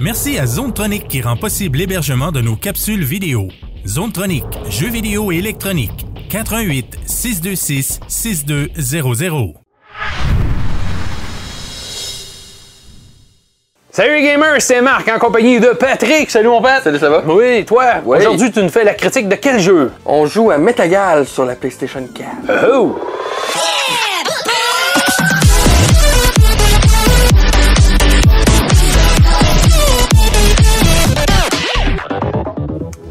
Merci à Zone Tronic qui rend possible l'hébergement de nos capsules vidéo. Zone Tronic, jeux vidéo et électronique. 88 626 6200. Salut les gamers, c'est Marc en compagnie de Patrick. Salut mon Pat. Salut, ça va? Oui, toi, Oui. aujourd'hui tu nous fais la critique de quel jeu? On joue à Metagal sur la PlayStation 4. Oh!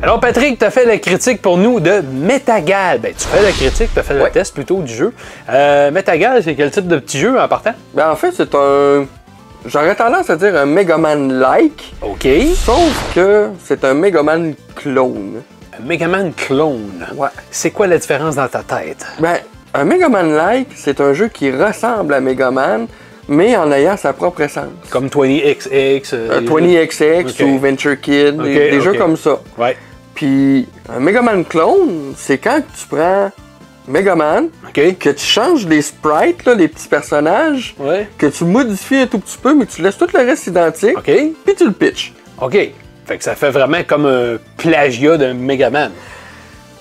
Alors Patrick, tu as fait la critique pour nous de Metagal. Ben, tu fais la critique, tu as fait le Ouais. test plutôt du jeu. Euh, Metagal, c'est quel type de petit jeu en partant? Ben en fait, c'est un... J'aurais tendance à dire un Megaman-like, OK. sauf que c'est un Megaman clone. Un Megaman clone. Ouais. C'est quoi la différence dans ta tête? Ben, un Megaman-like, c'est un jeu qui ressemble à Megaman, mais en ayant sa propre essence. Comme 20XX. euh, Un les- 20XX Ok. ou Venture Kid, des, Ok, des ok. jeux comme ça. Ouais. Puis, un Megaman clone, c'est quand tu prends Megaman, OK. que tu changes les sprites, là, les petits personnages, Ouais. que tu modifies un tout petit peu, mais tu laisses tout le reste identique, OK. puis tu le pitches. OK. Fait que ça fait vraiment comme un plagiat d'un Megaman.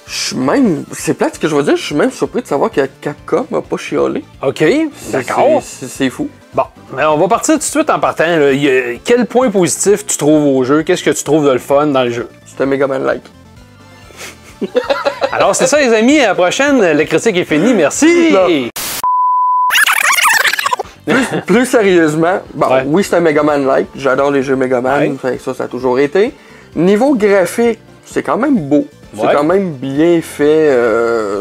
Je suis même. C'est plate ce que je veux dire, je suis même surpris de savoir que Capcom a pas chiolé. OK. C'est- C'est c'est fou. Bon, mais on va partir tout de suite en partant. là. Il y a- Quel point positif tu trouves au jeu? Qu'est-ce que tu trouves de le fun dans le jeu? C'est un Megaman-like. Alors, c'est ça, les amis. À la prochaine. La critique est finie. Merci. Non. Plus sérieusement, bon, Ouais. oui, c'est un Megaman-like. J'adore les jeux Megaman. Ouais. fait que Ça, ça a toujours été. Niveau graphique, c'est quand même beau. Ouais. C'est quand même bien fait. euh,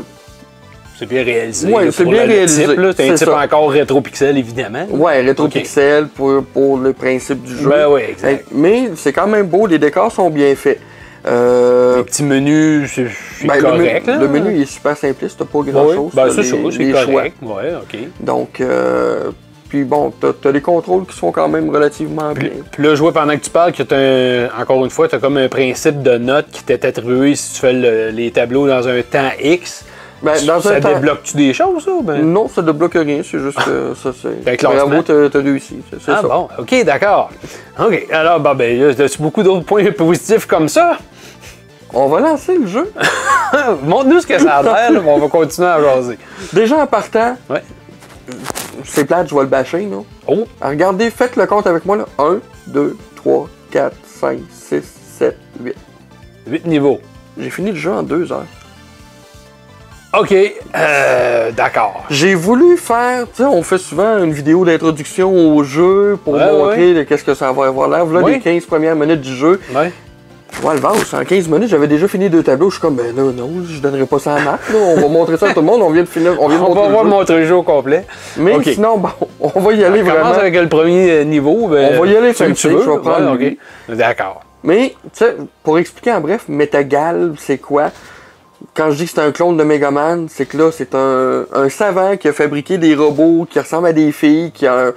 C'est bien réalisé. Ouais, là, c'est pour bien le- le réalisé. type, là. C'est un C'est type ça. encore rétro-pixel, évidemment. Ouais, rétro-pixel pour, pour le principe du jeu. Ben oui, exact. Mais c'est quand même beau, les décors sont bien faits. Euh, Le petit menu, c'est c'est ben, le, correct. menu- là. le menu il est super simpliste, t'as pas Ouais, grand-chose. ben, t'as c'est les- ça, c'est les correct. Ouais, OK. Donc, euh, puis bon, t'as as les contrôles qui sont quand même relativement Puis bien. puis là, je vois pendant que tu parles que t'as un- encore une fois, tu as comme un principe de note qui t'est attribué si tu fais le- les tableaux dans un temps X. Ben, Tu- dans ça un temps- débloque-tu des choses, ça? ou ben? Non, ça ne bloque rien, c'est juste que ça, c'est. T'as un classement? Bravo, t'as t'as réussi. c'est- C'est Ah ça. bon, ok, d'accord. Ok, alors, ben, ben, là, as-tu beaucoup d'autres points positifs comme ça? On va lancer le jeu. Montre-nous ce que ça a l'air, là, puis on va continuer à jaser. Déjà en partant, Ouais. c'est plate, je vais le bâcher, non? Oh, Alors, Ah, Regardez, faites le compte avec moi, là. 1, 2, 3, 4, 5, 6, 7, 8. 8 niveaux. J'ai fini le jeu en deux heures. Ok, euh, d'accord. J'ai voulu faire, tu sais, on fait souvent une vidéo d'introduction au jeu pour Ouais, montrer de qu'est-ce que ça va avoir l'air. Là, Oui. les 15 premières minutes du jeu. Ouais. Ouais, le vase, en 15 minutes, j'avais déjà fini deux tableaux. Je suis comme, ben non, non, je donnerai pas ça à Marc. là. On va montrer ça à tout le monde. On vient de finir, on vient de On va montrer le voir jeu. montrer le jeu au complet. Mais Ok. sinon, bon, on va y On aller commence vraiment. avec le premier niveau. ben, On va y aller celui que fancy, je vais Ouais, prendre ok. lui. D'accord. Mais, tu sais, pour expliquer en bref, Metagal, c'est quoi? Quand je dis que c'est un clone de Megaman, c'est que là, c'est un, un savant qui a fabriqué des robots qui ressemblent à des filles, qui a un euh,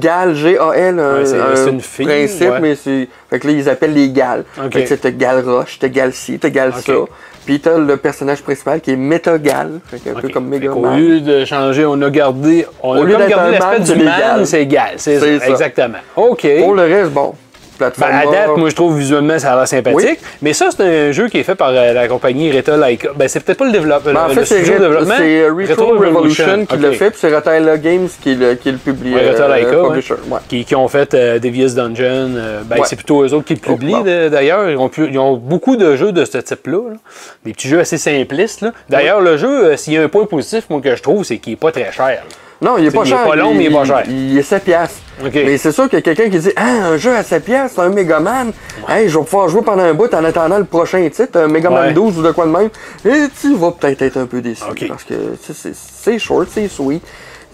Gal, G-A-L, un, Ouais, c'est- un c'est une fille, principe, ouais. mais c'est... Fait que là, ils appellent les Gal. Ok. Fait que tu sais, t'as Gal Roche, t'as Gal ci, t'as Gal ça. Ok. Puis t'as le personnage principal qui est Metagal, fait que un peu Ok. comme Fait qu'au Megaman. lieu de changer, on a gardé. On Au a lieu comme d'être gardé un l'aspect man, du c'est les man, gals. c'est égal. C'est C'est ça. ça. Exactement. OK. Pour le reste, bon, Ben, plateforme. à date, moi, je trouve visuellement ça a l'air sympathique. Mais ça, c'est un jeu qui est fait par euh, la compagnie Reta Laika. Ben, c'est peut-être pas le développeur. Ben, en fait, c'est Re- c'est, euh, Retro, Revolution, qui l'a fait, puis c'est Retail Games qui le, qui le publie. Ouais, Retro euh, Laika, ouais. publisher, ouais. Qui, qui ont fait euh, Devious Dungeon. euh, ben, Ouais. c'est plutôt eux autres qui le publient, Oh, bon. de- d'ailleurs. Ils, ont pu- ils ont beaucoup de jeux de ce type-là. là. Des petits jeux assez simplistes. là. D'ailleurs, le jeu, euh, s'il y a un point positif, moi, que je trouve, c'est qu'il est pas très cher. là. Non, il est C'est- pas il est cher. pas long, mais il est pas cher. Il est 7 piastres. Ok. Mais c'est sûr qu'il y a quelqu'un qui dit Ah, un jeu à 7 piastres, un Megaman. Hey, je vais pouvoir jouer pendant un bout en attendant le prochain titre, un Megaman Ouais. 12 ou de quoi de même. Et tu vas peut-être être un peu déçu. Ok. Parce que tu sais, c'est c'est short, c'est sweet.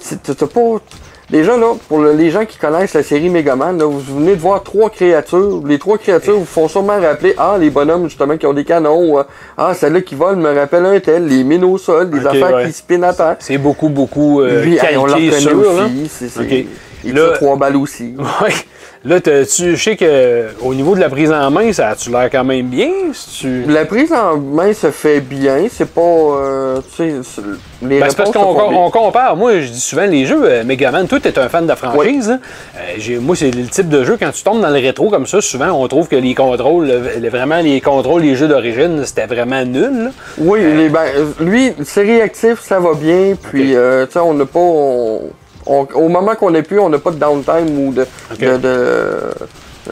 C'est- T'as t'as pas. Déjà, là, pour le- les gens qui connaissent la série Megaman, là, vous venez de voir trois créatures. Les trois créatures vous font sûrement rappeler Ah, les bonhommes, justement, qui ont des canons. euh, Ah, celle-là qui vole me rappelle un tel. Les mines au sol, les Ok, affaires ouais. qui spinent à terre. C'est beaucoup, beaucoup euh, Lui, hey, on l'a calqué reconnu sur. là. aussi. c'est- c'est- Ok. Il Là- tire trois balles aussi. Ouais. Là, t'as- tu je sais que au niveau de la prise en main, ça a-tu l'air quand même bien? Si tu... La prise en main se fait bien, c'est pas. euh, tu sais, c'est- les Ben, c'est parce réponses qu'on se font bien. on compare. Moi, je dis souvent les jeux euh, Megaman. Toi, t'es un fan de la franchise. hein. Euh, j'ai- moi, c'est le type de jeu quand tu tombes dans le rétro comme ça. Souvent, on trouve que les contrôles, le- le- vraiment les contrôles, les jeux d'origine, c'était vraiment nul. là. Oui, les- ben, euh, lui, c'est réactif, ça va bien. Puis, euh, tu sais, on n'a pas. on- on- au moment qu'on est plus, on n'a pas de downtime ou de, de, de,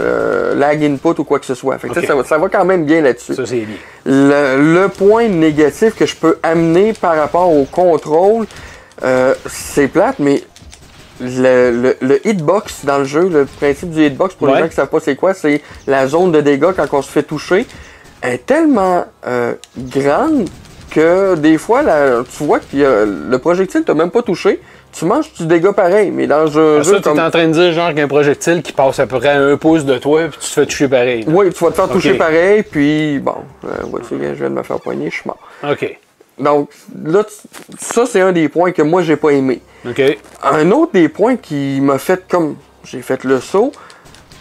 euh, lag input ou quoi que ce soit. Fait que, tu sais, Ok. ça, va- ça va quand même bien là-dessus. Ça, c'est bien. Le, le point négatif que je peux amener par rapport au contrôle, euh, c'est plate, mais le, le- le hitbox dans le jeu, le principe du hitbox pour Ouais. les gens qui savent pas c'est quoi, c'est la zone de dégâts quand on se fait toucher est tellement euh, grande que des fois la- tu vois que euh, le projectile t'a même pas touché, tu manges du dégât pareil, mais dans un Ah, jeu Ça, t'es comme en train de dire genre qu'un projectile qui passe à peu près à un pouce de toi, puis tu te fais toucher pareil. là. oui, tu vas te faire toucher Ok. pareil, puis bon, euh, vois-tu, je viens de me faire poigner, je suis mort. Ok. Donc, là, tu- ça, c'est un des points que moi, j'ai pas aimé. Ok. Un autre des points qui m'a fait comme j'ai fait le saut,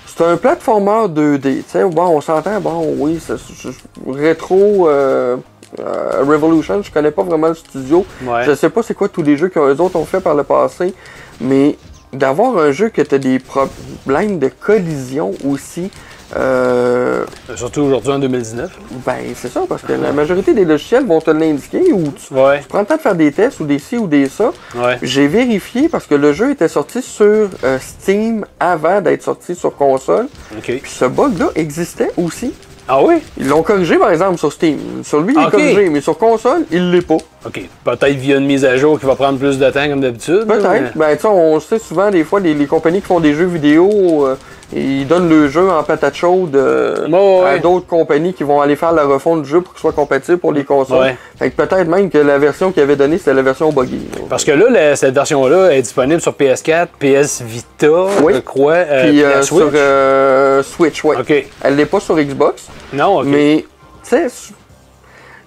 c'est un platformer 2D. Tu sais, bon, on s'entend, bon, oui, c'est c'est- c'est- rétro euh, euh, Revolution, je connais pas vraiment le studio. Ouais. Je sais pas c'est quoi tous les jeux qu'eux autres ont fait par le passé, mais d'avoir un jeu que t'as des problèmes de collision aussi, euh, Surtout aujourd'hui en 2019. ben, c'est ça, parce que la majorité des logiciels vont te l'indiquer ou tu Ouais. prends le temps de faire des tests ou des ci ou des ça. Ouais. J'ai vérifié parce que le jeu était sorti sur euh, Steam avant d'être sorti sur console. Ok. Puis ce bug-là existait aussi. Ah oui? Ils l'ont corrigé par exemple sur Steam. Sur lui, il Ok. est corrigé, mais sur console, il l'est pas. Ok. Peut-être via une mise à jour qui va prendre plus de temps comme d'habitude. là, mais- Peut-être. Ben, tu sais, on sait souvent, des fois, les, les compagnies qui font des jeux vidéo, euh, ils donnent le jeu en patate chaude euh, Ouais, ouais. à d'autres compagnies qui vont aller faire la refonte du jeu pour qu'il soit compatible pour les consoles. Ouais. Fait que peut-être même que la version qu'ils avaient donnée, c'était la version buggy. Parce que là, la- cette version-là est disponible sur PS4, PS Vita, Oui. je crois, euh, Puis puis la euh, Switch. sur euh, Switch, ouais. OK. Elle l'est pas sur Xbox, Non, OK. mais tu sais, je-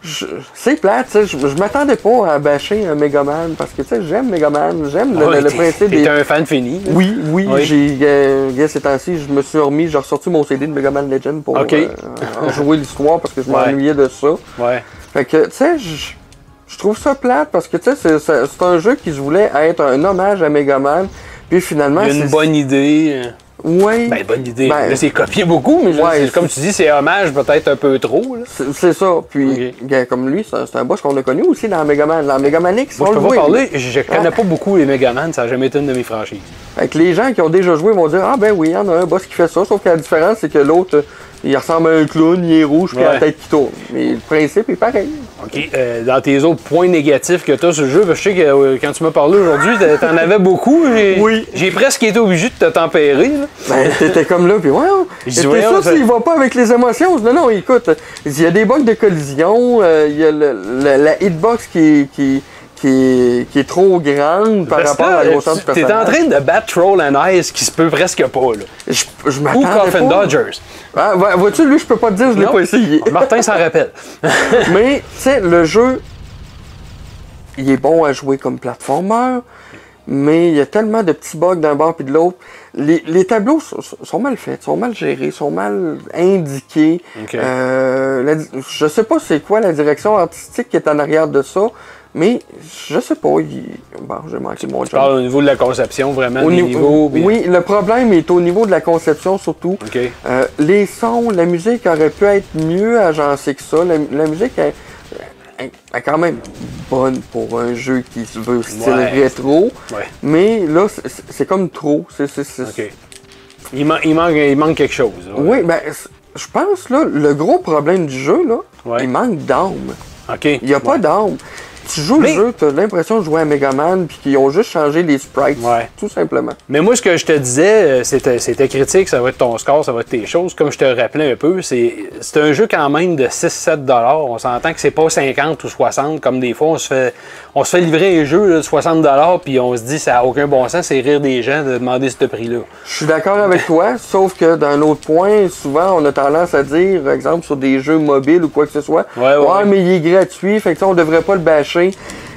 je- c'est plate, tu sais, je, je m'attendais pas à bâcher un Megaman parce que tu sais, j'aime Megaman, j'aime le, Ah ouais, le t'es- principe t'es des. un fan fini. là. Oui, oui, Oui. j'ai euh, gars, ces temps-ci, je me suis remis, j'ai ressorti mon CD de Megaman Legend pour Ok. euh, en jouer l'histoire parce que je Ouais. m'ennuyais de ça. Ouais. Fait que tu sais, je je trouve ça plate parce que tu sais, c'est- c'est c'est un jeu qui se voulait être un hommage à Megaman, puis finalement Il y a c'est une bonne idée. euh, ouais. Ben, bonne idée. Ben, là, c'est copié beaucoup, mais je- Ouais, c'est- comme tu dis, c'est hommage peut-être un peu trop. Là. C'est c'est ça. Puis, Ok. gars, comme lui, c'est un- c'est un boss qu'on a connu aussi dans Megaman. Dans Megaman X, Moi, on je peux le pas voit. parler. Je je connais Ah. pas beaucoup les Megaman. Ça n'a jamais été une de mes franchises. Fait que les gens qui ont déjà joué vont dire Ah, ben oui, il y en a un boss qui fait ça. Sauf que la différence, c'est que l'autre, euh, il ressemble à un clown, il est rouge, puis il a Ouais. la tête qui tourne. Mais le principe est pareil. OK. Euh, dans tes autres points négatifs que tu as sur le jeu, parce que je sais que euh, quand tu m'as parlé aujourd'hui, t'a- t'en avais beaucoup. J'ai- Oui. J'ai presque été obligé de te tempérer. là. Ben, t'étais comme là, puis ouais, Je dis, C'était voyons, ça, ça- s'il va pas avec les émotions. Non, non, écoute, il y a des bugs de collision, euh, il y a le- la- la hitbox qui, qui, qui, qui est trop grande par Parce que rapport à la là, grosseur du tu- T'es en personnage. train de battre Troll and Ice qui se peut presque pas, là. Je, je Ou m'attendais Coffin pas. Dodgers. Ah, ouais, vois-tu, lui, je peux pas te dire, je l'ai Non. Ah, ben. pas essayé. Martin s'en rappelle. Mais, tu sais, le jeu, il est bon à jouer comme platformer, mais il y a tellement de petits bugs d'un bord puis de l'autre. Les, les tableaux sont, sont mal faits, sont mal gérés, sont mal indiqués. Ok. Euh, la di- je sais pas c'est quoi la direction artistique qui est en arrière de ça, mais je sais pas. il- Bon, j'ai manqué mon Je parle job. au niveau de la conception, vraiment, Au des niveau- niveaux. puis- oui, le problème est au niveau de la conception surtout. OK. Euh, les sons, la musique aurait pu être mieux agencée que ça. La, la musique est, est- est quand même bonne pour un jeu qui se veut style Ouais. rétro. Ouais. Mais là, c'est- c'est c'est comme trop. C'est- c'est- c'est- OK. Il, man- il manque, il manque quelque chose. là. Oui, ben, c'est- je pense là, le gros problème du jeu, là, Ouais. il manque d'âme. OK. Il n'y a pas d'âme. Tu joues Mais- le jeu, tu as l'impression de jouer à Megaman, puis qu'ils ont juste changé les sprites, Ouais. tout simplement. Mais moi, ce que je te disais, euh, c'était c'était critique, ça va être ton score, ça va être tes choses. Comme je te rappelais un peu, c'est c'est un jeu quand même de 6-7 On s'entend que c'est pas 50 ou 60, comme des fois, on se fait, on se fait livrer un jeu là, de 60 puis on se dit, ça n'a aucun bon sens, c'est rire des gens de demander ce prix-là. Je suis d'accord avec toi, sauf que d'un autre point, souvent on a tendance à dire, par exemple sur des jeux mobiles ou quoi que ce soit, Ouais, ouais, ouais. mais il est gratuit, fait que ça, on devrait pas le bâcher.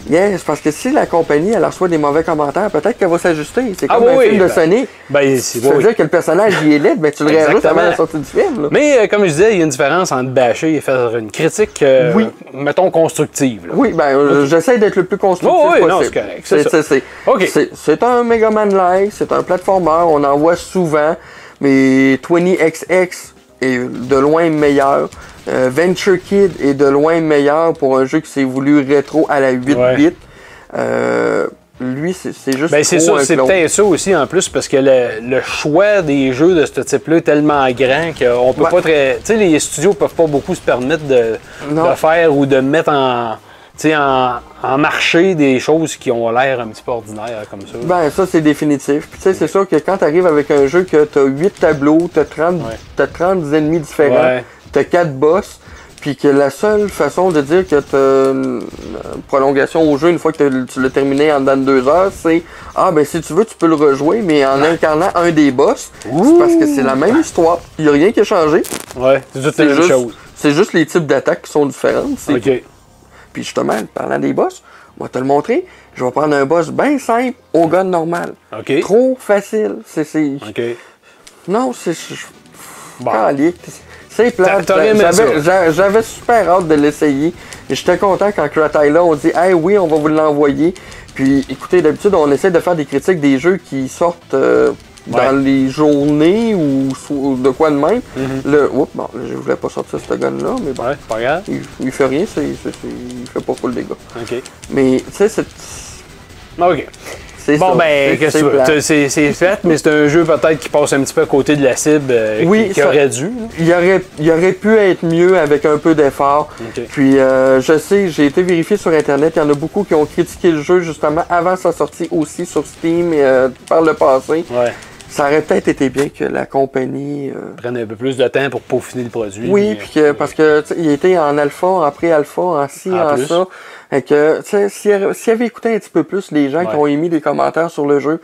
Yeah, c'est parce que si la compagnie elle reçoit des mauvais commentaires, peut-être qu'elle va s'ajuster. C'est Ah comme un oui, film de ben- Sony. Ben, c'est- Ça veut oui. dire que le personnage il est laid, mais tu le réajustes avant la Exactement. sortie du film. là. Mais euh, comme je disais, il y a une différence entre bâcher et faire une critique, euh, Oui. mettons, constructive. là. Oui, ben euh, j'essaie d'être le plus constructif Oh, oui, possible. non, c'est correct, c'est C'est ça. c'est- c'est- OK. c'est- c'est un Mega Man like, c'est un platformer, on en voit souvent, mais 20XX est de loin meilleur. Euh, Venture Kid est de loin meilleur pour un jeu qui s'est voulu rétro à la 8 Ouais. bits. Euh, lui, c'est c'est juste Ben, c'est trop ça, un c'est clone. peut-être ça aussi en plus, parce que le, le choix des jeux de ce type-là est tellement grand qu'on peut Ouais. pas très. Tu sais, les studios peuvent pas beaucoup se permettre de, Non. de faire ou de mettre en, tu sais, en, en marché des choses qui ont l'air un petit peu ordinaires comme ça. Ben, ça, c'est définitif. Puis, tu sais, c'est sûr que quand t'arrives avec un jeu que t'as 8 tableaux, t'as 30, Ouais. t'as 30 ennemis différents, Ouais. t'as 4 boss, puis que la seule façon de dire que t'as une une prolongation au jeu une fois que t'as- tu l'as terminé en dedans de 2 heures, c'est Ah, ben, si tu veux, tu peux le rejouer, mais en incarnant un des boss, c'est parce que c'est la même histoire. Il a rien qui a changé. ouais, c'est toute la C'est même juste, chose. c'est juste les types d'attaques qui sont différentes. c'est OK. puis justement, parlant des boss, on va te le montrer. Je vais prendre un boss bien simple au gun normal. OK. Trop facile. C'est, c'est... OK. Non, c'est... je- Bon. Calique. C'est plate. ben, T'aurais aimé J'avais, ça. j'a- j'avais super hâte de l'essayer. Et J'étais content quand Crataila, on dit « Hey, oui, on va vous l'envoyer. » Puis, écoutez, d'habitude, on essaie de faire des critiques des jeux qui sortent euh, dans Ouais. les journées ou, so- de quoi de même. Mm-hmm. Le... Oups, bon, je voulais pas sortir ce gun-là, mais bon. Ouais, pas grave. Il, il fait rien, c'est, c'est- c'est- il fait pas full dégâts. OK. Mais, tu sais, c'est. OK. c'est Bon, ça. ben, C'est- qu'est-ce que c'est tu veux? plat. Tu- C'est c'est fait, mais c'est un jeu peut-être qui passe un petit peu à côté de la cible euh, Oui, qui, qui ça- aurait dû. là. Il aurait, il aurait pu être mieux avec un peu d'effort. Ok. Puis, euh, je sais, j'ai été vérifié sur Internet, il y en a beaucoup qui ont critiqué le jeu justement avant sa sortie aussi sur Steam et euh, par le passé. Ouais. Ça aurait peut-être été bien que la compagnie. euh, Prennent un peu plus de temps pour peaufiner le produit. Oui, mais- puis que, parce que tu sais, il était en alpha, en pré-alpha, en ci, En en, plus. ça. Fait que, tu sais, s'il y a- s'il y avait écouté un petit peu plus les gens Ouais. qui ont émis des commentaires sur le jeu,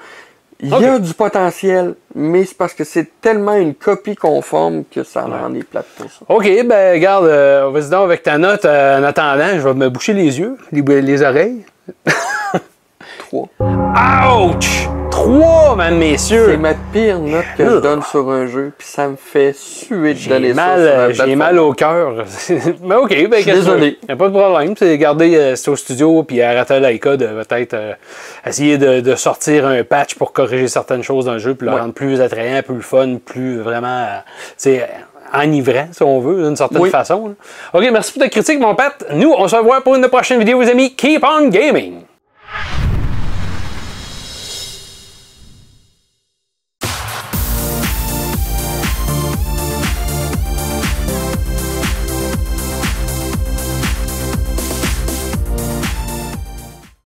il y a Ok. du potentiel, mais c'est parce que c'est tellement une copie conforme que ça en est plate pour ça. OK, ben regarde, euh, vas-y donc avec ta note. euh, en attendant, je vais me boucher les yeux, les, bou- les oreilles. Trois. Ouch! Trois, mesdames, C'est messieurs! ma pire note que je donne sur un jeu, puis ça me fait suer de donner J'ai ça mal, sur un euh, j'ai plateforme. mal au cœur. Mais OK, ben qu'est-ce que désolé. tu veux? Y a pas de problème. C'est garder euh, c'est au studio puis à Ratalaika de peut-être euh, essayer de, de sortir un patch pour corriger certaines choses dans le jeu puis le Ouais. rendre plus attrayant, plus fun, plus vraiment euh, tu sais, enivrant, si on veut, d'une certaine Oui. façon. là. OK, merci pour ta critique, mon Pat. Nous, on se revoit pour une prochaine vidéo, les amis. Keep on gaming!